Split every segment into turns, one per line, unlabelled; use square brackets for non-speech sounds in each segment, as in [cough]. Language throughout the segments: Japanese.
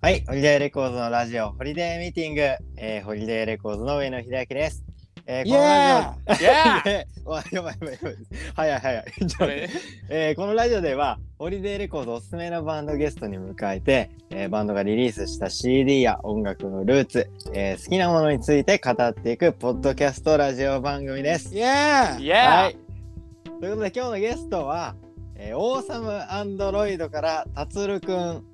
はい、ホリデーレコーズのラジオ、ホリデーミーティング、えー、ホリデーレコーズの上野秀明です。えー、このラジ
[laughs] いや
オ、 [laughs] えー、わやばいやばいやばい。早い早い。ちょっと
こ
待って
れね
[laughs] えーこのラジオではホリデーレコードおすすめのバンドゲストに迎えて、えーバンドがリリースした CD や音楽のルーツ、えー好きなものについて語っていくポッドキャストラジオ番組です。
イエー
い
イ
や
はい。ということで今日のゲストは、えーオーサムアンドロイドからタツルくん、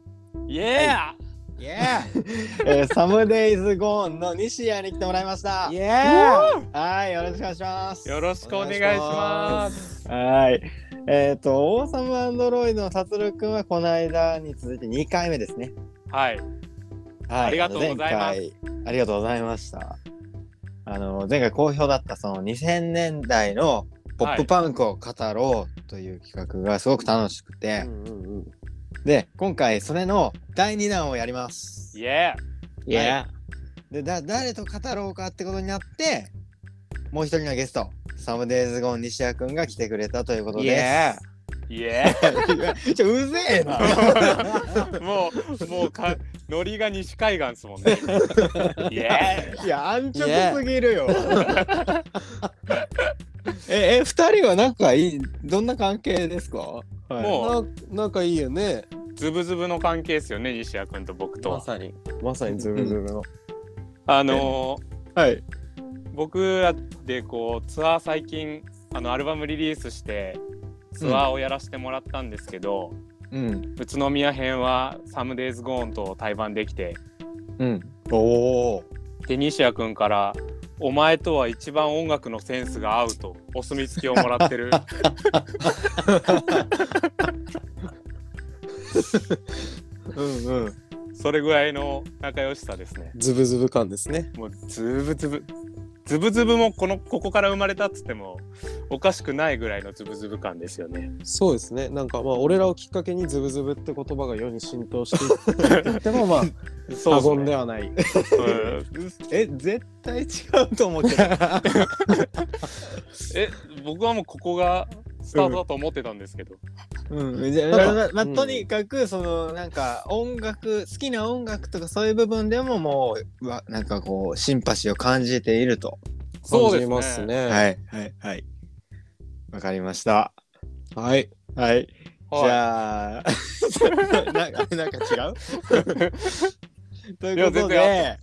いや
イエー
えーサムデイズゴーンの西谷に来てもらいました
イイ。エ
はい、よろしくお願いします。
よろしくお願いします。
はい。えっ、と、オーサムアンドロイドの達郎くんはこの間に続いて2回目ですね。
はい。
はい。
ありがとうございます
前回。ありがとうございました。あの、前回好評だったその2000年代のポップパンクを語ろうという企画がすごく楽しくて、
ー
で、今回それの第2弾をやります。
いや
イエー
で、だ、誰と語ろうかってことになって、もう一人のゲスト、サムデイズゴーン西谷くんが来てくれたということ
イ
です。
エ
い [laughs] や
ちょうぜえな。
もうもうかノリが西海岸ですも [laughs] んね。いや
[laughs] いや安直すぎるよ。ええ二人は仲いいどんな関係ですか？
も
ーな仲いいよね
ズブズブの関係ですよね西谷君と僕とは。
さに
まさにズブズブの。
あの
はい
ー僕らでこうツアー最近あのアルバムリリースしてツアーをやらせてもらったんですけど、
うん
宇都宮編はサムデイズゴーンと対バンできて
うんおお
で西谷君から「お前とは一番音楽のセンスが合う」とお墨付きをもら [laughs] ってる
うんうん
それぐらいの仲良しさですね
ズブズブ感ですね
もうズブズブズブズブもこのここから生まれたっつってもおかしくないぐらいのズブズブ感ですよね
そうですねなんかまあ俺らをきっかけにズブズブって言葉が世に浸透
[laughs]
していってでもまあ
そ
過言
う
です
でね
はない
うん
え絶対違うと思うけど。
え僕はもうここがスタートだと思ってたんですけど、
[laughs] うんじゃあ
なんか
まあまあ
うん
とにかくそのなんか音楽好きな音楽とかそういう部分でももうわなんかこうシンパシーを感じていると。
そう
感じ
です
ま
ね
すね
はいはいはいわかりました。
はい
はい。
はい
じゃあ、 [laughs] な [laughs] なんか違うということ
い
で、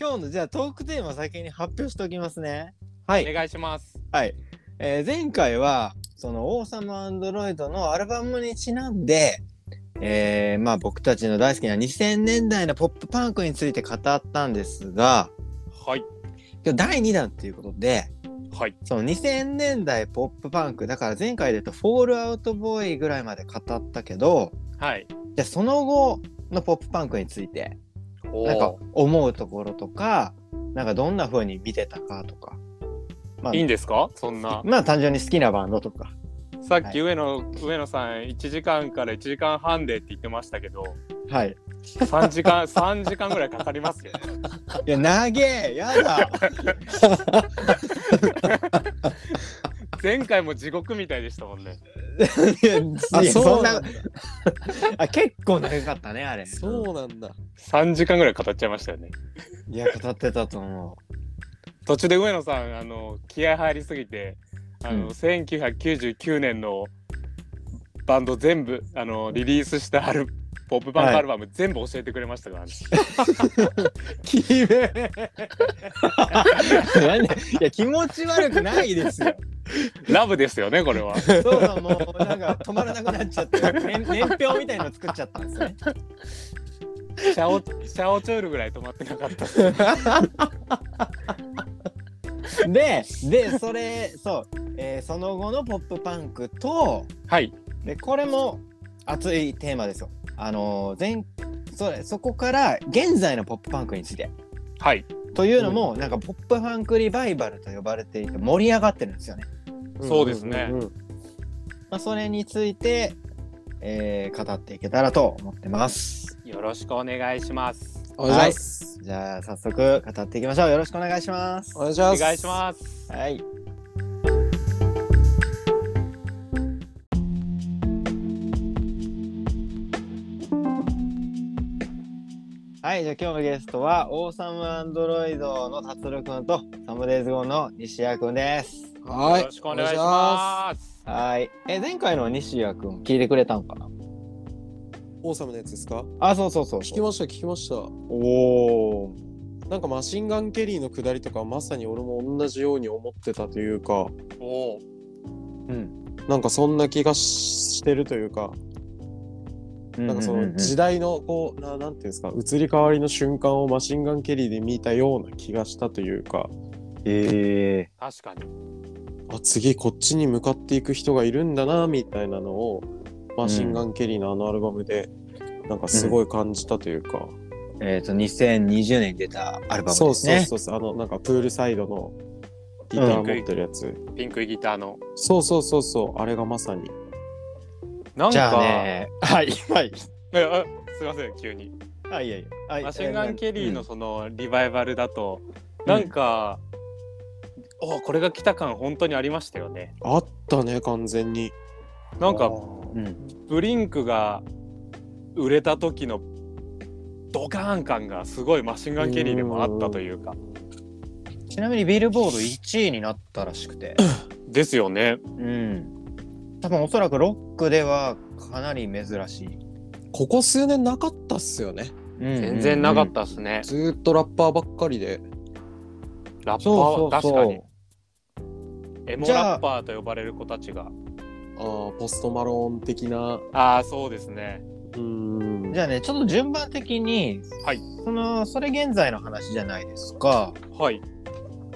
今日のじゃあトークテーマ先に発表しておきますね。は
お。願いします
はい。えー前回は、その、王様アンドロイドのアルバムにちなんで、えーまあ僕たちの大好きな2000年代のポップパンクについて語ったんですが、
はい
今日第2弾ということで、
はい
その2000年代ポップパンクだから前回で言うと「フォールアウトボーイ」ぐらいまで語ったけど
はい
じゃあその後のポップパンクについてなんか思うところとかなんかどんな風に見てたかとかまあ
いいんですかそんな
まあ単純に好きなバンドとか
さっき上野,、上野さん1時間から1時間半でって言ってましたけど
はい
3時間 [laughs] 三時間ぐらいかかりますよ、ね、
いや長えやだ
前回も地獄みたいでしたもんね
いや
あ
いや
そうな
そん
んだ
な [laughs] あ結構長かったねあれ
そうなんだ
3時間ぐらい語っちゃいましたよね
いや語ってたと思
途中で上野さんあの気合入りすぎてあの、
うん
1999年のバンド全部あのリリースしたあるポップバンドアルバム全部教えてくれましたから、ね
うき [laughs] めいや気持ち悪くないですよ
ラブですよねこれは
そうそう、もうなんか止まらなくなっちゃ [laughs] って、年年表みたいの作っちゃったんですね。
シャオシャオチョールぐらい止まってなかった
で、で、それ、そう、えーその後のポップパンクと、
はい
で、これも熱いテーマですよ。あのー、前、それ、そこから現在のポップパンクについて。
はい
というのも、なんかポップパンクリバイバルと呼ばれていて盛り上がってるんですよね。
そうですね
んんん
まあ、それについて、えー語っていけたらと思ってます。
よろしくお願いします
お願いします
じゃあ、早速語っていきましょう。よろしくお願いします。
お願いし
お
ます
願いします
はい。はい、じゃあ今日のゲストは、オーサムアンドロイドの達郎くんと、サムデイズゴーの西谷くんです。
はい。
よろしくお願いします。
はい。え、前回の西谷くん聞いてくれたんかな
す。オーサムのやつですか
あ、そうそうそう
聞きました、聞きました。
おお。
なんかマシンガンケリーの下りとかまさに俺も同じように思ってたというか、
おお。
うん。
なんかそんな気がししてるというか、なんかその時代のこう、ななんていうんですか、移り変わりの瞬間をマシンガンケリーで見たような気がしたというか、
え
確かに。
あ、次こっちに向かっていく人がいるんだな、みたいなのを、マシンガンケリーのあのアルバムで、なんかすごい感じたというか、
ー、えっ、と、2020年に出たアルバム
そう
です
そう
ね。
そうそう、あのなんかプールサイドのギター持ってるやつ、
ピンクいギターの。
そうそうそうそうあれがまさに
なん
じゃ
か、
あね、はい、はい。
いやあすいません、急に。
あ、いやいや。はい
マシンガン・ケリーの
うん
そのリバイバルだと、
うん
なんか、おこれが来た感本当にありましたよね。
あったね完全に
なんか
うん、
ブリンクが売れた時のドカーン感がすごいマシンガン・ケリーでもあったというか。
ちなみにビルボード1位になったらしくて、
ですよね。
うん、多分おそらくロックではかなり珍しい、
ここ数年なかったっすよね
全然なかったっすね。
ずーっとラッパーばっかりで
ラッパー
そうそ
は
うそう
確かに。エモ
じゃあ
ラッパーと呼ばれる子たちが。
あーポストマローン的な
ああ、そうですね。
うーん
じゃあねちょっと順番的に、
はい
そのそれ現在の話じゃないですか
はい。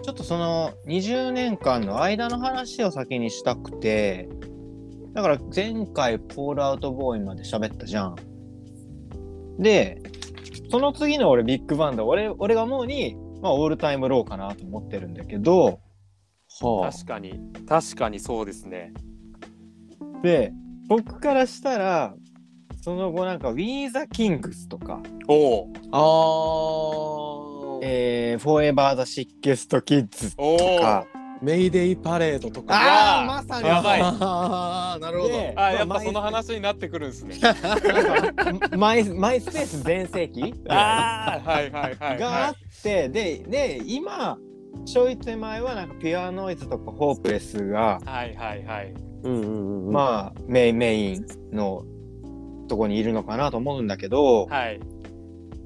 ちょっとその20年間の間の話を先にしたくてだから前回ポールアウトボーイまで喋ったじゃん。でその次の俺ビッグバンド俺俺が思うに、まあ、オールタイムローかなと思ってるんだけど、
は
確かに。確かにそうですね。
で僕からしたらその後なんか「We the Kings」とか
おお。
「
ああー
えー、Forever the Sickest Kids
お」
と
お。
か
メイデイパレードとか
あー
まさ
やばい
あーなるほど
で
あやっぱその話になってくるんですね。
マイマイスペース全盛期
ああはいはいはい、
があ
は
ってでで今ちょい手前はなんかピュアノイズとかホープレスが
い。はいはいはい。
うんうんうん、まあ
まあメインメインのとこにいるのかなと思うんだけど
はい。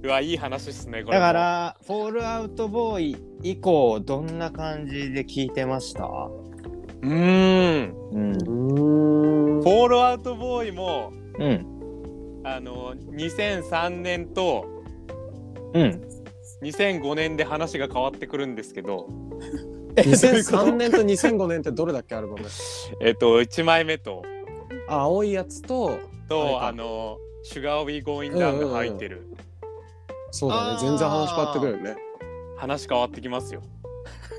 うわ、いい話っすね、こ
だ
れ
か
も。
ら「フォールアウトボーイ」以降どんな感じで聞いてました
うーん。
うん
うーん
フォールアウトボーイも、
うん
あの、2003年と
うん
2005年で話が変わってくるんですけど、
2003年と2005年ってどれだっけアルバム
えっと、1枚目と、
あ青いやつと
と、
はい
あの、シュガーウィーゴーインダウンが入ってる。
そう
あ
だ
ー
ね全然話変わってくるよね
話変わってきますよ。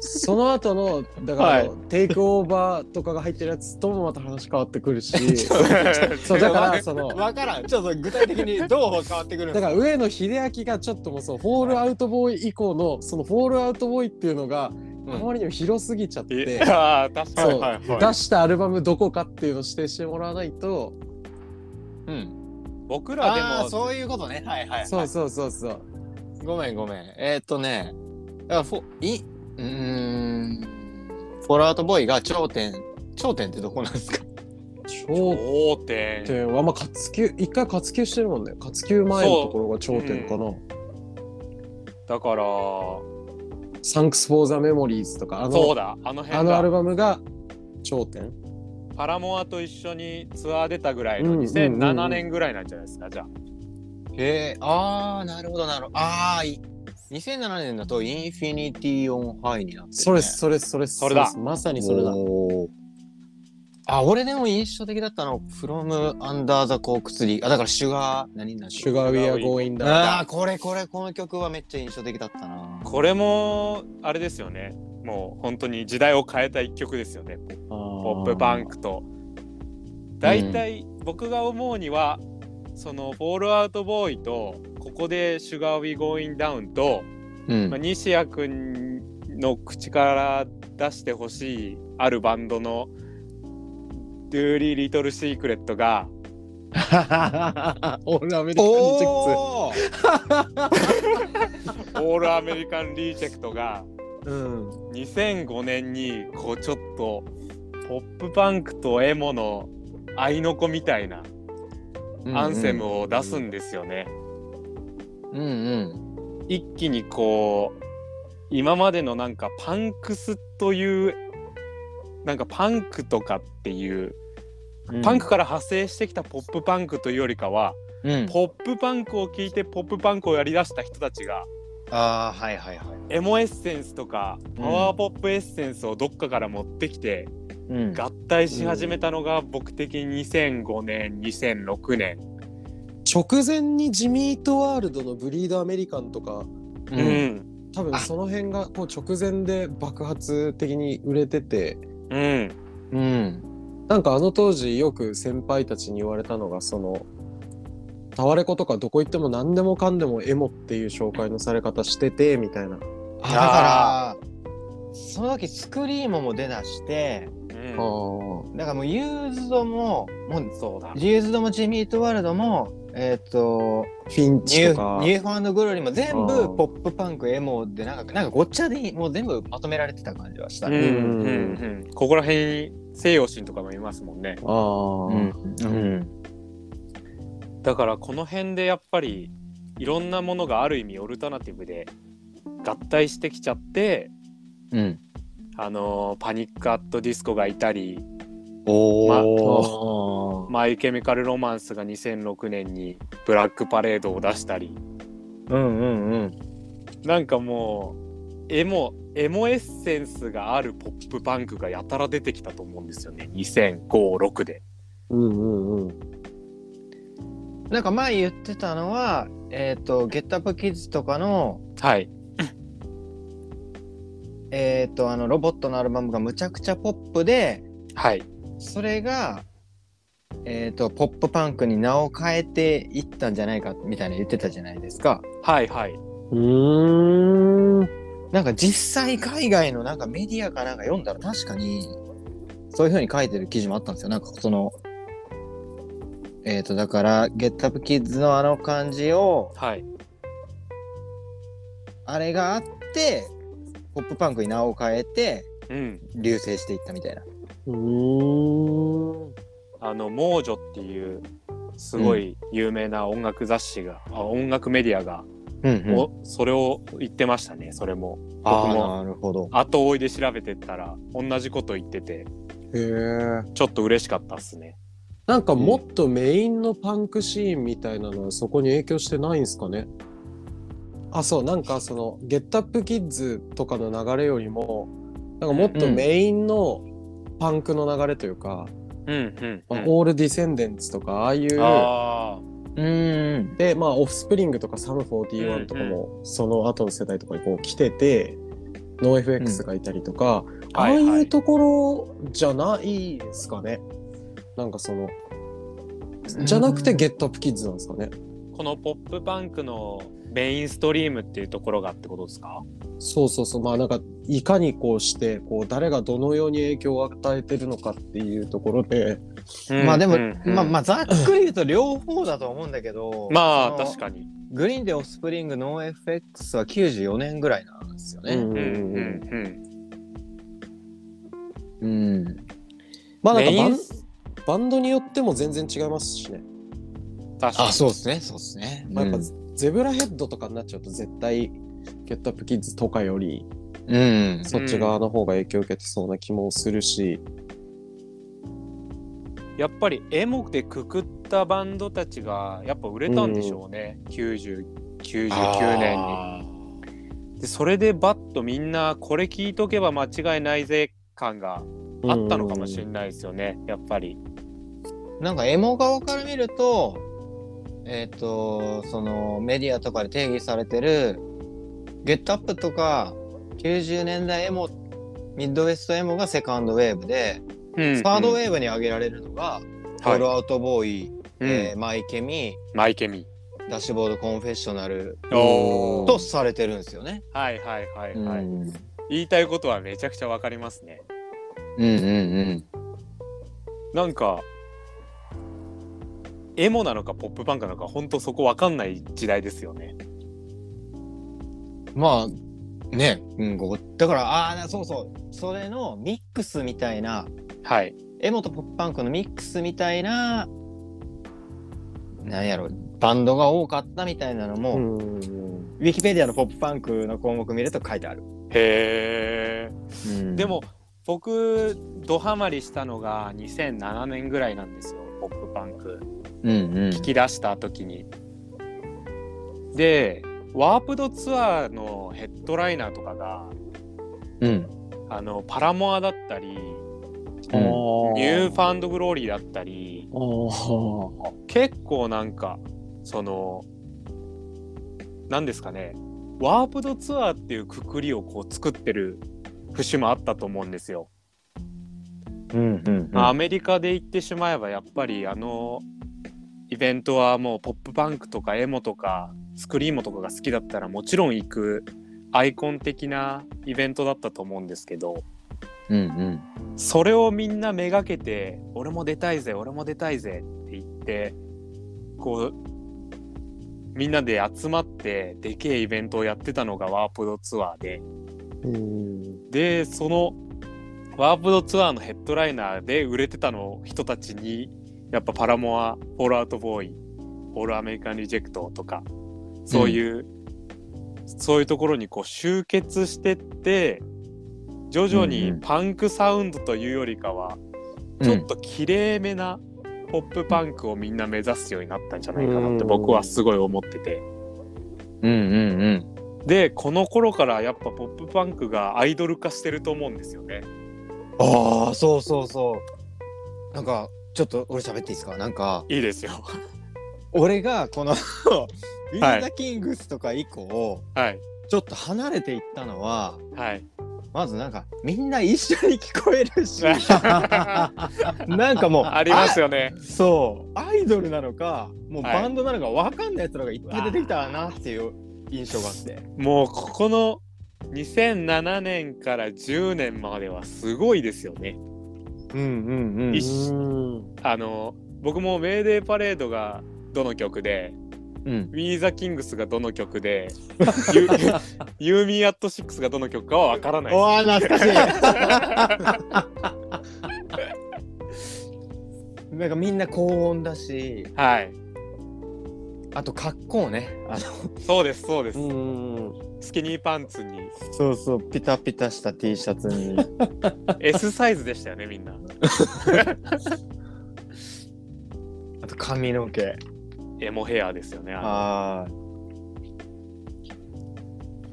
その後のだから、
はい
テイクオーバーとかが入ってるやつともまた話変わってく
[laughs]
るしそ
そう
だからその
わからん。ちょっと具体的にどう変わってくる
だから上野秀明がちょっともうそうフォールアウトボーイ以降のそのフォールアウトボーイっていうのがあまりにも広すぎちゃって、
いやー確か
そう
に。はいはいはい
出したアルバムどこかっていうのを指定してもらわないと、
うん。
僕らで
ああ
も
ー、そういうことね。はいはい。
そうそうそうそう
ごめんごめん。えー、っとね、だからフォい、うーん、フォールアウトボーイが頂点、頂点ってどこなんですか
頂
頂点。
点はまあ活休一回活休してるもんね活休前のところが頂点かな、
だから、
サンクス・フォー・ザ・メモリーズとかあ
そう
の
だ、あの辺が。
あのアルバムが頂点
パラモアと一緒にツアー出たぐらいの
うんうんうんうん
2007年ぐらいなんじゃないですか、じゃあ。
[laughs] へえ、ああ、なるほどなるほど。ああ、い2007年だとインフィニティ・オン・ハイになってる、ね。
それっすそれっすそれっす
それだ
っすまさにそれだ
おーあ、俺でも印象的だったの、From Under the Cork Tree。あ、だからシュガー、何なん
シュガーウィアゴーイン
あ
ダ
あ、これこれ、この曲はめっちゃ印象的だったな。
これも、あれですよね。もう本当に時代を変えた一曲ですよね。ポ
ポ
ップバンクと。大体僕が思うには、その「フォールアウトボーイ」とここで「シュガー・ウィ・ゴーイン・ダウン」と、
う
まあ、
ん。
西矢くんの口から出してほしいあるバンドの「ドゥーリー・リトル・シークレット」が
オールアメリカンリジェ
おーオールアメリカンリージェクトが
クト。うん。
2005年にこうちょっとポップパンクとエモの合いの子みたいなアンセムを出すんですよね。
うんうん。
一気にこう今までのなんかパンクスというなんかパンクとかっていう
うん
パンクから派生してきたポップパンクというよりかは、
うん。
ポップパンクを聞いてポップパンクをやりだした人たちが
ああ、はいはいはい。
エモエッセンスとか
うん
パワーポップエッセンスをどっかから持ってきて
うん
合体し始めたのが僕的に2005年2006年
直前にジミートワールドのブリードアメリカンとか、
う。
うんん
多分
あ
その辺がこう直前で爆発的に売れてて、
うん
うん。
なんかあの当時よく先輩たちに言われたのが、その、タワレコとかどこ行っても何でもかんでもエモっていう紹介のされ方してて、みたいな。
あだから、その時スクリームも出だして、
うん
あ
だからもうユーズドも、もう、
そうだ
ユーズドもジミートワールドも、えっ、と、
あ、フィン
ニ
チ
ュ
とか
ー、ニューファンドグロリーも全
あ
部
ー
ポップパンク、エモで、なんか、なんかごっちゃでいいもう全部まとめられてた感じはした
うん
ね。
うんうんここら辺に西洋神とかもいますもんね
ああ、
うん。
だからこの辺でやっぱりいろんなものがある意味オルタナティブで合体してきちゃって
うん。
あのーパニック・アット・ディスコがいたり
おお。
マイ・ケミカル・ロマンスが2006年にブラック・パレードを出したり
うんうんうん。
なんかもうエモエモエッセンスがあるポップパンクがやたら出てきたと思うんですよね2056で。
うんうんうん。
なんか前言ってたのは、えっ、と、ゲットアップキッズとかの、
はい、
えっ、と、あの、ロボットのアルバムがむちゃくちゃポップで、
はい、
それが、えっ、と、ポップパンクに名を変えていったんじゃないか、みたいな言ってたじゃないですか。
はい、はい、
うーん。
なんか実際海外のなんかメディアかなんか読んだら確かにそういう風に書いてる記事もあったんですよ。なんかそのえっ、とだからゲットアップキッズのあの感じを
はい、
あれがあってポップパンクに名を変えて
うん。
流星していったみたいな。
うーん。
あの「モージョ」っていうすごい有名な音楽雑誌が、あ音楽メディアが、
うん
おそれを言ってましたねそれも
あ
僕
あ
も
なるほど。
後追いで調べてったら同じこと言ってて
へえ。
ちょっと嬉しかったっすね。
なんかもっとメインのパンクシーンみたいなのはそこに影響してないんですかねあそうなんかその「ゲットアップキッズ」とかの流れよりもなんかもっとメインのパンクの流れというか
うん
「
うん、
まあ
うん、
オール・ディセンデンツ」とかああいう
あ
うーん。
でまあオフスプリングとかサム41とかもその後の世代とかにこう来てて。ノー FX がいたりとか、
あ、はい
ああ
はいいう
ところじゃないですかねなんかそのじゃなくてゲットアップキッズなんですかね
このポップパンクのメインストリームっていうところがってことですか
そうそうそうまあなんかいかにこうしてこう誰がどのように影響を与えてるのかっていうところで
まあでも、まあま
あ
あざっくり言うと両方だと思うんだけど。
[laughs] まあ
その
確かに
グリーンでオフスプリングノー FX は94年ぐらいなんですよね。
うん
う
うん
うん
ん
うん
うん
まあなんかバ
メイ
ン
ン
バンドによっても全然違いますしね、
確か
あ、
に
そうですね、そうですね。
まあ、やっ
う
ぱ
ん
ゼブラヘッドとかになっちゃうと絶対ゲットアップキッズとかより
うん。
そっち側の方が影響を受けてそうな気もするし、
やっぱりエモでくくったバンドたちがやっぱ売れたんでしょうね、90 99年にでそれでバッとみんなこれ聞いとけば間違いないぜ感があったのかもしれ
い、
ないですよね、やっぱり
なんかエモ側から見ると、えっ、と、そのメディアとかで定義されてる、ゲットアップとか、90年代エモ、ミッドウェストエモがセカンドウェーブで、サードウ
イ、
ェーブに上げられるのが、ホール
はい
アウトボーイ、
うん
えーマイケミ、
マイケミ
ダッシュボードコンフェッショナル
おー
とされてるんですよね。
はいはいはいはい、
うん
言いたいことはめちゃくちゃわかりますね
うんうん
なんかエモなのかポップパンクなのか本当そこ分かんない時代ですよね。
まあね、うん、ごだからああーなそうそうそれのミックスみたいな
はい。
エモとポップパンクのミックスみたいななんやろバンドが多かったみたいなのも、
うん
ウィキペディアのポップパンクの項目見ると書いてある、
へ
う
え。
ん
でも僕ドハマりしたのが2007年ぐらいなんですよポップパンク。
うんうん
聞き出した時に。でワープドツアーのヘッドライナーとかが
うん
あのパラモアだったり
うん
ニューファンドグローリーだったり結構なんかその何ですかねワープドツアーっていうくくりをこう作ってる節もあったと思うんですよ。
うんうん
まあアメリカで言ってしまえばやっぱりあのイベントはもうポップパンクとかエモとかスクリームとかが好きだったらもちろん行くアイコン的なイベントだったと思うんですけど
うんうん
それをみんなめがけて「俺も出たいぜ俺も出たいぜ」って言ってこうみんなで集まってでけえイベントをやってたのがワープドツアーで
うん
でそのワープドツアーのヘッドライナーで売れてたの人たちにやっぱパラモア「フォールアウトボーイ」「オールアメリカン・リジェクト」とかそういう、そういうところにこう集結してって徐々
う
に
んうん
パンクサウンドというよりかは、
ち
ちょっときれいめなポップパンクをみんな目指すようになったんじゃないかなっ
う
て
ん
僕はすごい思ってて。
うんうんうん
でこの頃からやっぱポップパンクがアイドル化してると思うんですよね。
ああそうそうそうなんかちょっと俺喋っていいですかなんか
いいですよ。 [laughs]
俺がこの [laughs] 「ウィンザ・キングス」とか以降、
はい。
ちょっと離れていったのは
はい。
まずなんかみんな一緒に聞こえる
[laughs]
しなんかもう
ありますよね
あ。そうアイドルなのかもう
はい
バンドなのか分かんないやつらがいっぱい出てきたなっていう印象があって
もうここの2007年から10年まではすごいですよね。
うんうんうん
一あの僕もメーデーパレードがどの曲で、
うん
ウィーザキングスがどの
[laughs]
曲で、 [laughs] ユユーミーアットシックスがどの曲かはわからない
お
で
わ懐かしい [laughs]
[laughs]
なんかみんな高音だし
す。はい。
あと格好ねあ
そうですそうです。
うん
スキニーパンツに [laughs]
のそうそうピタピタした T シャツに
S サイズでしたよねみんな。
[laughs] あと髪の毛
エモヘアですよね。あ
あ
の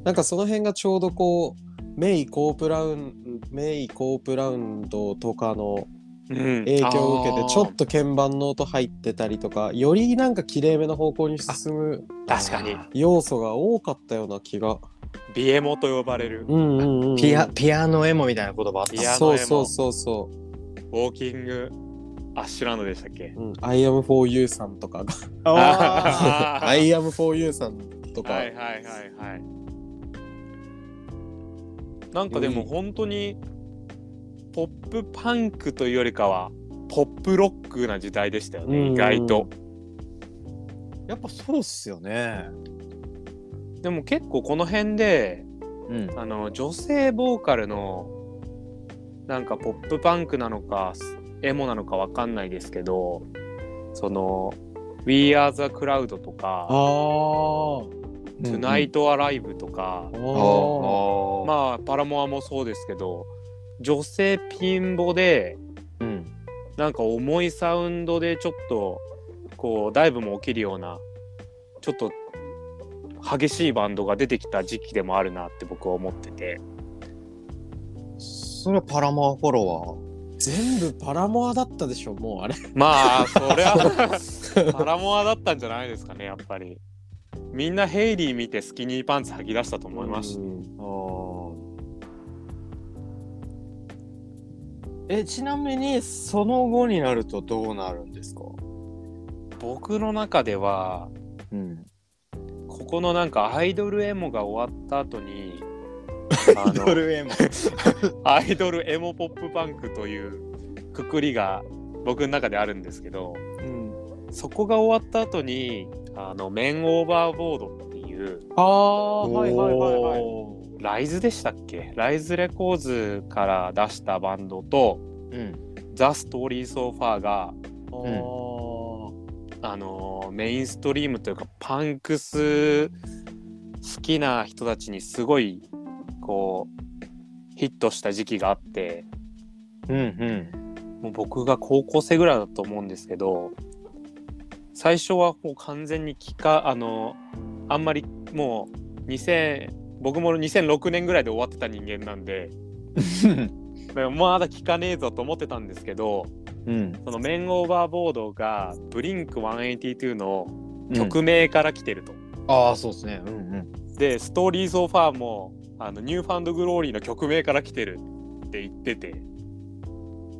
なんかその辺がちょうどこうメイ・コープラウンメイ・コープラウンドとかの
うん
影響を受け
あー
てちょっと鍵盤の音入ってたりとかよりなんかきれいめな方向に進む
確かに
要素が多かったような気が。
ビエモと呼ばれるウ
うんうんうん、
ピアピアノエモみたいな言葉あっ
ピアノエ
た
そ
モ
うそうそうそ
ォーキングアッシュランドでしたっけ
う。うん、I am for you さんとかが
あ
[laughs]
あー
I am for you さんとか、
はいはいはいはいなんかでも本当にポップパンクというよりかはポップロックな時代でしたよ
う
ね
ん
意外と
ー [laughs] やっぱそうっすよね
でも結構この辺で
うん
あの女性ボーカルのなんかポップパンクなのかエモなのかわかんないですけどその「We Are the Crowd」と
あ
か
ー
「Tonight Alive」とか
あ
あ
ー
ーあ
まあパラモアもそうですけど女性ピンボで
ーうん
なんか重いサウンドでちょっとこうダイブも起きるようなちょっと激しいバンドが出てきた時期でもあるなって僕は思ってて
それはパラマーフォロ
全部パラモアだったでしょもうあれ
まあそれはパラモアだったんじゃないですかねやっぱりみんなヘイリー見てスキニーパンツ履き出したと思いました、
ワーえちなみにその後になるとどうなるんですか
僕の中では
うん
ここのなんかアイドルエモが終わった
[laughs]
後にア
アイドルエモ
アイドルエモポップパンクというくくりが僕の中であるんですけど
うん
そこが終わった後にあのメンオーバーボードっていう
ああはいはいはいはい
ライズでしたっけライズレコーズから出したバンドと
うん。
ザ・ストーリー・ソーファーが
あ
あのーメインストリームというかパンクス好きな人たちにすごいこうヒットした時期があって
うんうん。
もう僕が高校生ぐらいだと思うんですけど最初はもう完全に聞かあのあんまりもう2000僕も2006年ぐらいで終わってた人間なんでだからまだ聞かねえぞと思ってたんですけど
うん。
その「メンオーバーボード」が「ブリンク182の曲名から来てると。
ああ、そうですね。うんうん。
で「ストーリーズ・オファーも」あのニューファンド・グローリーの曲名から来てるって言ってて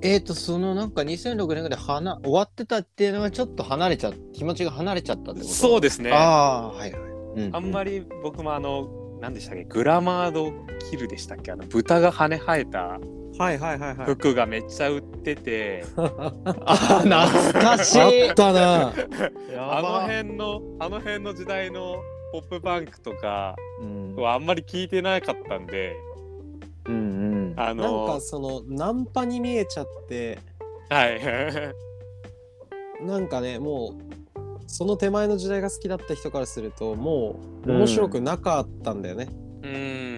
えっ、と、そのなんか2006年ぐらい離終わってたっていうのはちょっと離れちゃっ気持ちが離れちゃったってこと
そう
で
ですねあ
ああー、はいはい。
んま
り。
り僕もあの何でしたっけグラマード・キルでしたっけあの豚が羽生えた
はいはいはいはい
服がめっちゃ売ってて、
ああ、懐かしい。
あったな
あの辺のあの辺の時代のポップパンクとか
うん
はあんまり聞いてなかったんで
うん
あ
なん
の
かそのナンパに見えちゃって
はい [laughs]
なんかねもうその手前の時代が好きだった人からするともう面白くなかったんだよね、
うん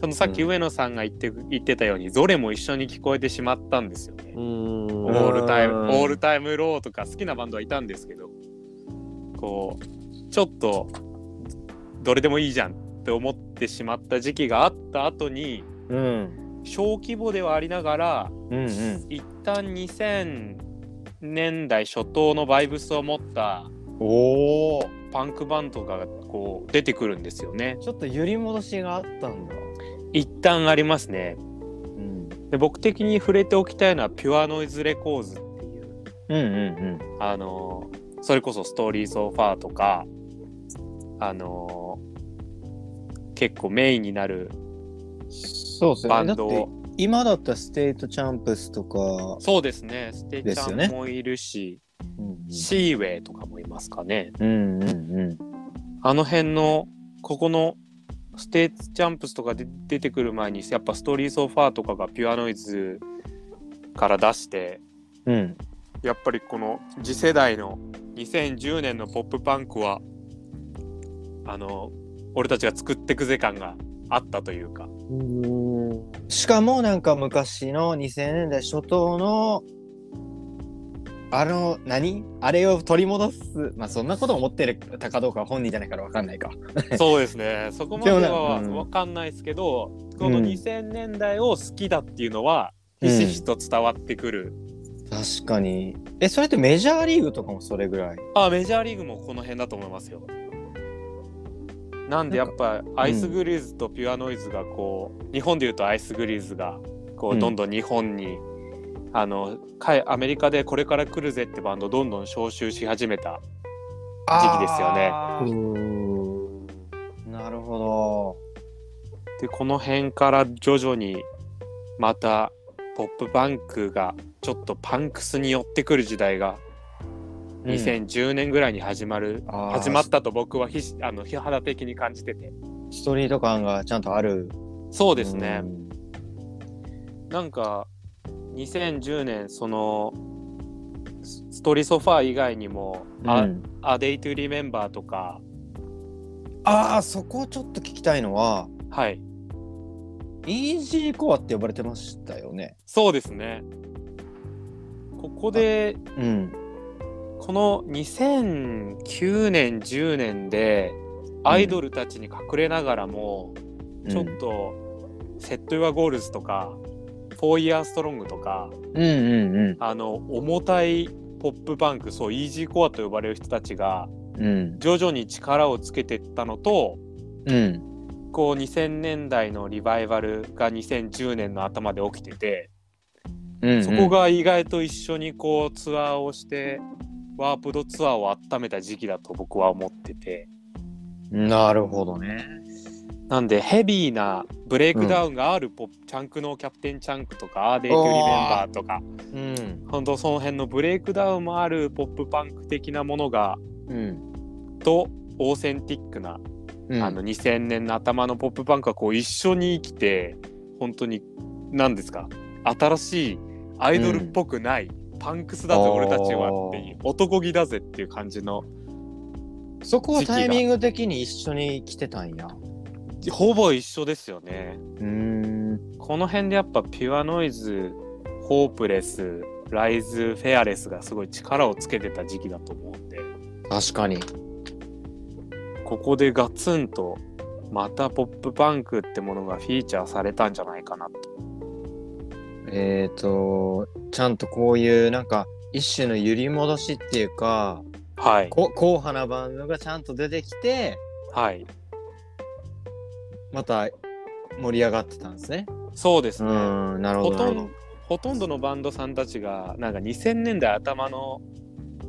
そのさっき上野さんが言って言ってたようにゾレも一緒に聞こえてしまったんですよね
う。ん
オールタイム
うん
オールタイムローとか好きなバンドはいたんですけどこうちょっとどれでもいいじゃんって思ってしまった時期があった後に
うん。うん。
小規模ではありながら
うんうん。
一旦2000年代初頭のバイブスを持った
おお。
パンクバンドがこう出てくるんですよね
ちょっと揺り戻しがあったんだ。
一旦ありますね
うん。
で僕的に触れておきたいのはピュアノイズレコーズっていう
うんうん
あのーそれこそ「ストーリー・ソーファー」とかあのー結構メインになる
うん。そうです
バ
よ
ン
ね。だっ
ド
て
を
今だったらステートチャンプスとか、
そうですねステ
で
ち
す
ゃ
よね
んもいるし、
うん
シーウェイとかもいますかね
うんうんうん。
あの辺のここのステーツジャンプスとかで出てくる前にやっぱストーリー・ソーファーとかがピュアノイズから出して
うん。
やっぱりこの次世代の2010年のポップパンクはあの俺たちが作ってくぜ感があったという
[laughs]
か
うん
しかもなんか昔の2000年代初頭のあの何あれを取り戻すまあそんなこと思ってるたかどうかは本人じゃないからわかんないか。
そうですねそこまで
でも
は
ねうん
分かんないですけど、この
うん
2000年代を好きだっていうのはひしひしと伝わってくる、
確かに。えそれってメジャーリーグとかもそれぐらい。
あメジャーリーグもこの辺だと思いますよなんでやっぱアイスグリーズとピュアノイズがこう、日本でいうとアイスグリーズがこ
う
うんどんどん日本に、あのかアメリカでこれから来るぜってバンドどんどん招集し始めた時期ですよね
ね。なるほ
でこの辺から徐々にまたポップパンクがちょっとパンクスに寄ってくる時代が
ど。
2010年ぐらいに始まる、
あー
始まったと僕はひしあの肌的に感じてて
ストリート感がちゃんとある。
そうですね、なんか2010年そのスストリソファー以外にも「
うん。
あ
うん
アデイトゥリメンバーとか
ああそこをちょっと聞きたいのは
はい
イージーコアって呼ばれてましたよね。
そうですねここで
うん。
この2009年10年でアイドルたちに隠れながらも、ちょっと「セット・ユア・ゴールズ」とか「フォー・イヤー・ストロング」とか
うんうんうん
あの重たいポップパンクそうイージーコアと呼ばれる人たちが
うん
徐々に力をつけてったのと
うん。
こう2000年代のリバイバルが2010年の頭で起きてて、そこが意外と一緒にこうツアーをしてワープドツアーを温めた時期だと僕は思ってて
なるほどね。
なんでヘビーなブレイクダウンがあるポップ、チャンクのキャプテンチャンクとかアーデイトリメンバーとか
うん。
本当その辺のブレイクダウンもあるポップパンク的なものが
うん。
とオーセンティックな、
うん
あの2000年の頭のポップパンクがこう一緒に生きて本当に何ですか新しいアイドルっぽくない、パンクスだぜ
あー
俺たちはっていう男気だぜっていう感じの
そこはタイミング的に一緒に来てたんや。
ほぼ一緒ですよね。
うん。
この辺でやっぱピュアノイズホープレスライズフェアレスがすごい力をつけてた時期だと思うんで
確かに。
ここでガツンとまたポップパンクってものがフィーチャーされたんじゃないかなと
えっ、と、ちゃんとこういうなんか一種の揺り戻しっていうか、
はい
こ硬派なバンドがちゃんと出てきて、
はい
また盛り上がってたんですね。
そうですね、
うん、なるほ
ほ
ど。
とんどほとんどのバンドさんたちがなんか2000年代頭の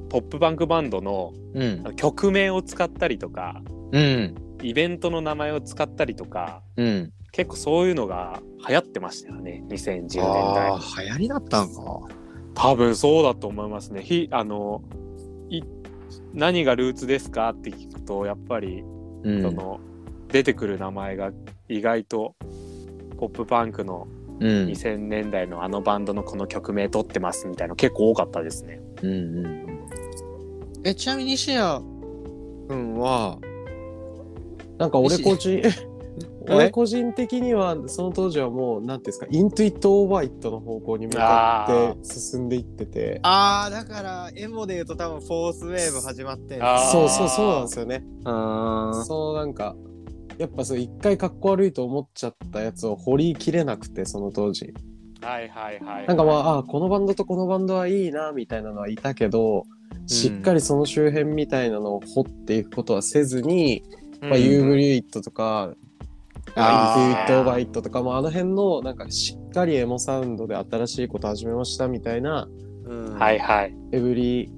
ポップパンクバンドの
うん
あ。の曲名を使ったりとか
うん。
イベントの名前を使ったりとか
うん。
結構そういうのが流行ってましたよね2010年代
ああ、流行りだったんか。
多分そうだと思いますね。ひあのい何がルーツですかって聞くとやっぱり、
うん。
その出てくる名前が意外とポップパンクの
うん。
2000年代のあのバンドのこの曲名取ってますみたいなの結構多かったですね。
うんうんうん。え、ちなみに西谷君は、
なんか俺個人
え
[laughs] 俺個人的にはその当時はもう何ていうんですかイントゥイット・オーバーイットの方向に向かって進んでいってて
ああ、だから、エモで言うと多分、フォースウェーブ始まってん
あー
そうそうそうなんですよね
あ
そうなんかやっぱそう一回かっこ悪いと思っちゃったやつを掘りきれなくてその当時
はいはいはい。
なんかまああこのバンドとこのバンドはいいなみたいなのはいたけどしっかりその周辺みたいなのを掘っていくことはせずに、
うん
まあ、ユーグリュイットとか
あ
ア
ー
インフィット・オーバー・イットとかもあの辺のなんかしっかりエモサウンドで新しいこと始めましたみたいな
うん
はいはい。
エブリ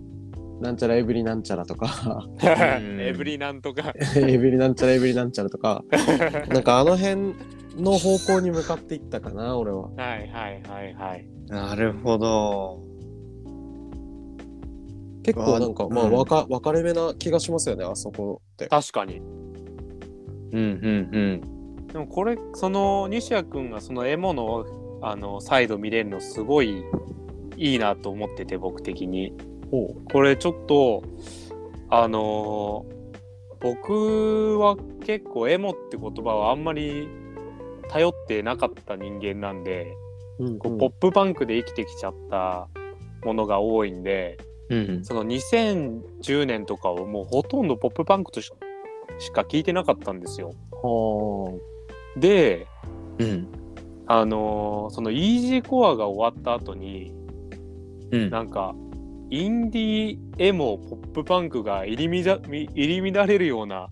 なんちゃらエブリなんちゃらとか
ん
エブリなんとか。
エブリなんちゃらエブリなんちゃらと
[laughs]
かなんかあの辺の方向に向かっていったかな俺は。
はいはいはいはい。
なるほど。
結構なんかま
う
あ
ん
分か分かれ目な気がしますよねあそこって。
確かに。
うんうん
でもこれその西矢君がそのエモのあのサイド見れるのすごいいいなと思ってて僕的に
ほ
これちょっとあのー僕は結構エモって言葉はあんまり頼ってなかった人間なんで、
ううん
こうポップパンクで生きてきちゃったものが多いんで、
うん。うん。
その2010年とかをもうほとんどポップパンクとししか聞いてなかったんですよ。
は
で
うん。
あのーそのイージーコアが終わった後に
うん。
なんかインディーエモポップパンクが入り乱入り乱れるような
あ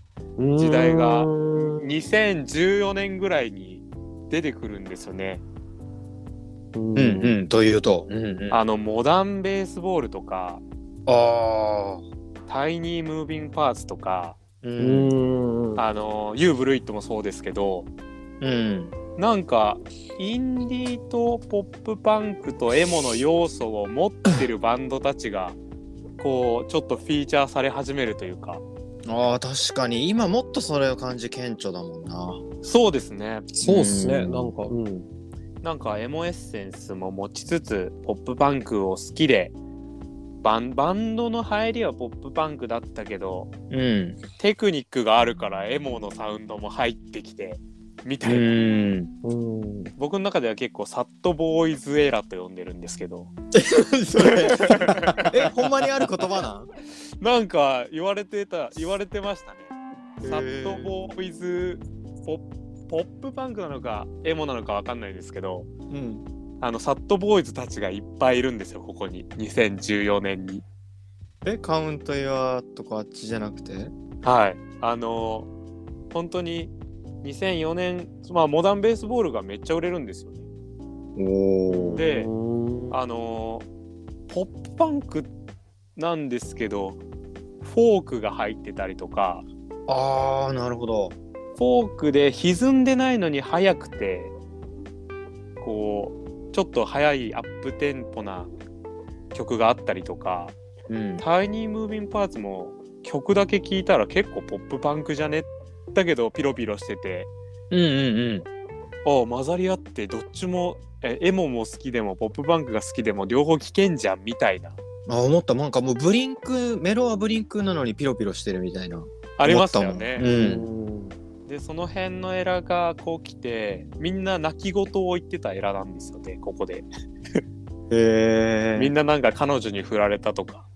時代が
うーん
2014年ぐらいに出てくるんですよね。
うん
うんうん。というと。うんうん。あ
あのモダンベースボールとか
あ。
タイニームービングパーツとか、
う
う。んうん
あのユーブルイットもそうですけど
うん。
なんかインディーとポップパンクとエモの要素を持ってるバンドたちがこうちょっとフィーチャーされ始めるというか
ああ、確かに。今もっとそれを感じ顕著だもんな。
そうですね
そうっす
う
ね
ん
なんかうん。
なんかエモエッセンスも持ちつつポップパンクを好きでバンバンドの入りはポップパンクだったけど
うん。
テクニックがあるからエモのサウンドも入ってきてみたいな、
ん。
うん
僕の中では結構サットボーイズエラと呼んでるんですけど
[laughs] それ。え、ほんまにある言葉なん
なんか言われてた言われてましたね。
へー
サットボーイズポッポップパンクなのかエモなのかわかんないですけど
うん。
あのサットボーイズたちがいっぱいいるんですよここに2014年に。
え、カウントやとかあっちじゃなくて
はい、あのー本当に2004年、まあ、モダンベースボールがめっちゃ売れるんですよね。
お
ーで
うん
あのーポップパンクなんですけどフォークが入ってたりとか
ああ、なるほど。
フォークで歪んでないのに速くてこうちょっと速いアップテンポな曲があったりとか
うん
「タイニー・ムービン・パーツ」も曲だけ聴いたら結構ポップパンクじゃねだけどピロピロしてて
うんうん
ああ混ざり合ってどっちもえエモも好きでもポップパンクが好きでも両方聴けんじゃんみたいな
あ思ったなんかもうブリンクメロはブリンクなのにピロピロしてるみたいな
ありますよ
思った
ね。
もんうん
ん
でその辺のエラがこう来てみんな泣き言を言ってたエラなんですよねここで、
へ
みんななんか彼女に振られたとか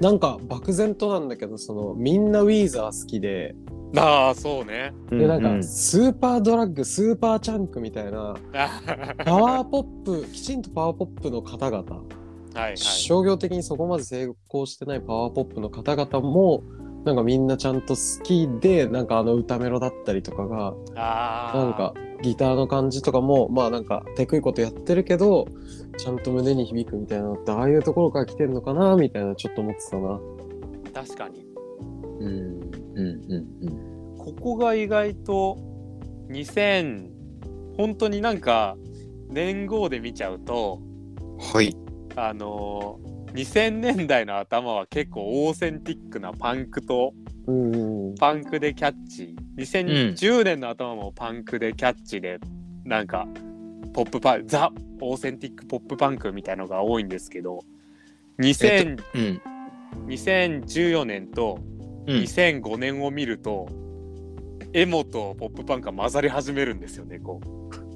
なんか漠然となんだけどそのみんなウィーザー好きで
ああそうね [laughs]
でなんかスーパードラッグスーパーチャンクみたいな
あ
パワーポップきちんとパワーポップの方々
はいはい
商業的にそこまで成功してないパワーポップの方々もなんかみんなちゃんと好きでなんかあの歌メロだったりとかが
あー
なんかギターの感じとかもまあなんかテクいことやってるけどちゃんと胸に響くみたいなのってああいうところから来てんのかなみたいなちょっと思ってたな。
確かに
うんうんうん
ここが意外と2000本当になんか年号で見ちゃうと
うんはい
あのー2000年代の頭は結構オーセンティックなパンクと
うんうんうん
パンクでキャッチ2010年の頭もパンクでキャッチで、なんかポップパンザ・オーセンティックポップパンクみたいのが多いんですけど2000
うん
2014年と
うん
2005年を見ると、エモとポップパンクが混ざり始めるんですよねこう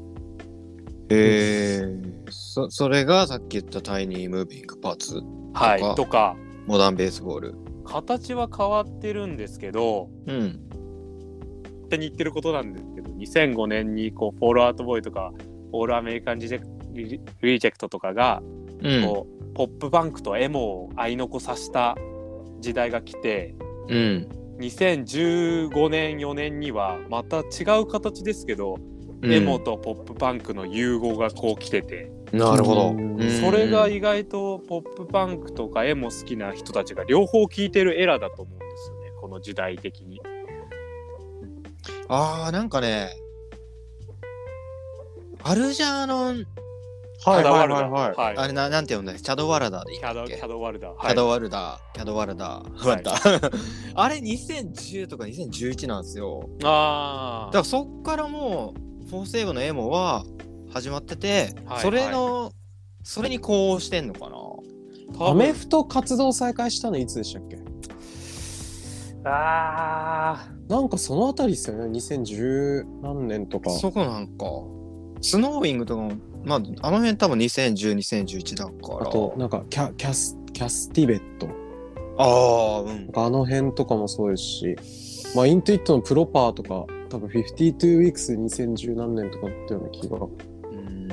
へえそそれがさっき言ったタイニームービングパーツ
はい
とか
とか
モダンベースボール
形は変わってるんですけど
うん
勝手に言ってることなんですけど2005年にこうフォールアウトボーイとかオールアメリカンリジェクリリジェクトとかが
うん
こうポップバンクとエモを相残さした時代が来て
うん
2015年4年にはまた違う形ですけど、
うん
エモとポップパンクの融合がこう来てて、
なるほど
うん
それが意外とポップパンクとかエモ好きな人たちが両方聴いてるエラーだと思うんですよねこの時代的に。
あーなんかねアルジャーノン
はいはいはい
キャドワ
は
ル
い
ダ。はい
あれななんて呼んだっけチャドワラダでいいん
キ
だ
ャ
っ
ド
け
キャドワルダー。
キャドワルダー、キャドワルダー、
はい
待った [laughs] あれ2010とか2011なんですよ。だか
ああ
らそっからもう、フォーセーブのエモは始まってて、
はい
それの、それに呼応してんのかな。
アメフト活動再開したのいつでしたっけ
あー
なんかそのあたりですよね2010何年とか
そこなんか、スノーイングとかも、まあ、あの辺多分2010、2011だから。
あとなんかキャキャスキャスティベットな
ああ、うん
ん。かあの辺とかもそうですし、まあ、イントゥイットのプロパーとか多分52 weeks 2010何年とかだったような気が
うーん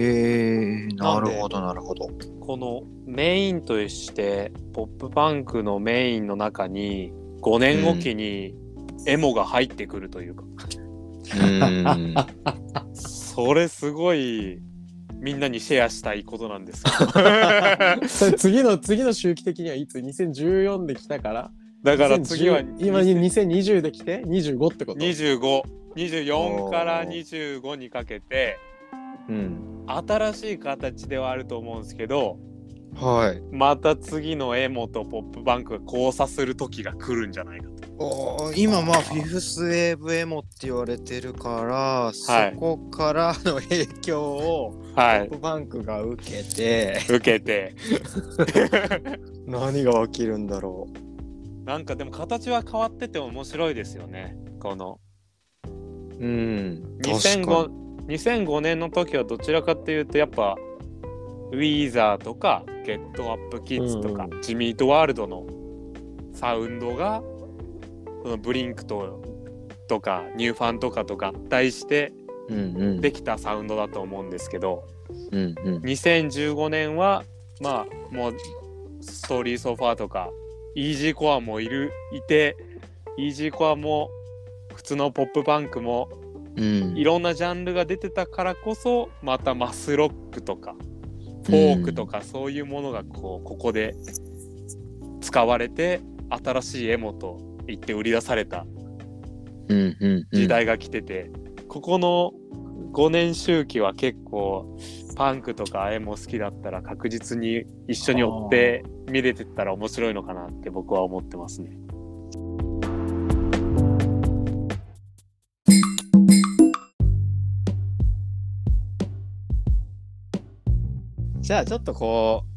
えー、なるほど、なるほど。
このメインとしてポップパンクのメインの中に5年おきにエモが入ってくるというか、
うーん
それすごいみんなにシェアしたいことなんですけど
それ次の次の周期的にはいつ2014で来たから
だから次は
2010今に2020で来て25ってこと
2524から25にかけて
[laughs] うん。
新しい形ではあると思うんですけど
はい。
また次のエモとポップパンクが交差する時が来るんじゃないかと
おー今まあフィフスウェーブエモって言われてるから、そこからの影響をポ
はい
ップバンクが受けて、
受けて
何が起きるんだろ
なんかでも形は変わってて面白いですよねこの
ううん確か
2005, 2005年の時はどちらかというとやっぱウィーザーとかゲットアップキッズとか、
う
ジミートワールドのサウンドがそのブリンクととかニューファンとかと合体して
にうんうん
できたサウンドだと思うんですけど
うんうん
2015年はまあもうストーリーソファーとかイージーコアもいるいてイージーコアも普通のポップパンクも
うん
いろんなジャンルが出てたからこそまたマスロックとかフォークとかそういうものがこうここで使われて新しいエモと言って売り出された
うんうん
時代が来てて、ここの5年周期は結構パンクとかあえも好きだったら確実に一緒に追って見れてったら面白いのかなって僕は思ってますね。
じゃあちょっとこう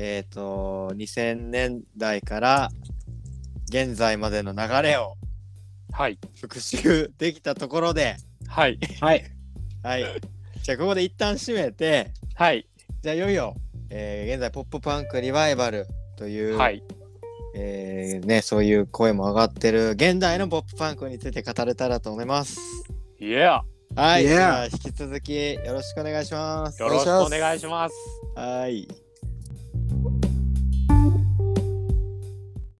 えっ、と2000年代から現在までの流れを
はい
復習できたところで
はい
はい [laughs] はいじゃあここで一旦締めて
はい
じゃあいよいよ、えー現在ポップパンクリバイバルという、
はい
えーね、そういう声も上がってる現代のポップパンクについて語れたらと思います。
イエア
はい、
Yeah.
じゃあ引き続きよろしくお願いします。
よろしくお願いします。
はい。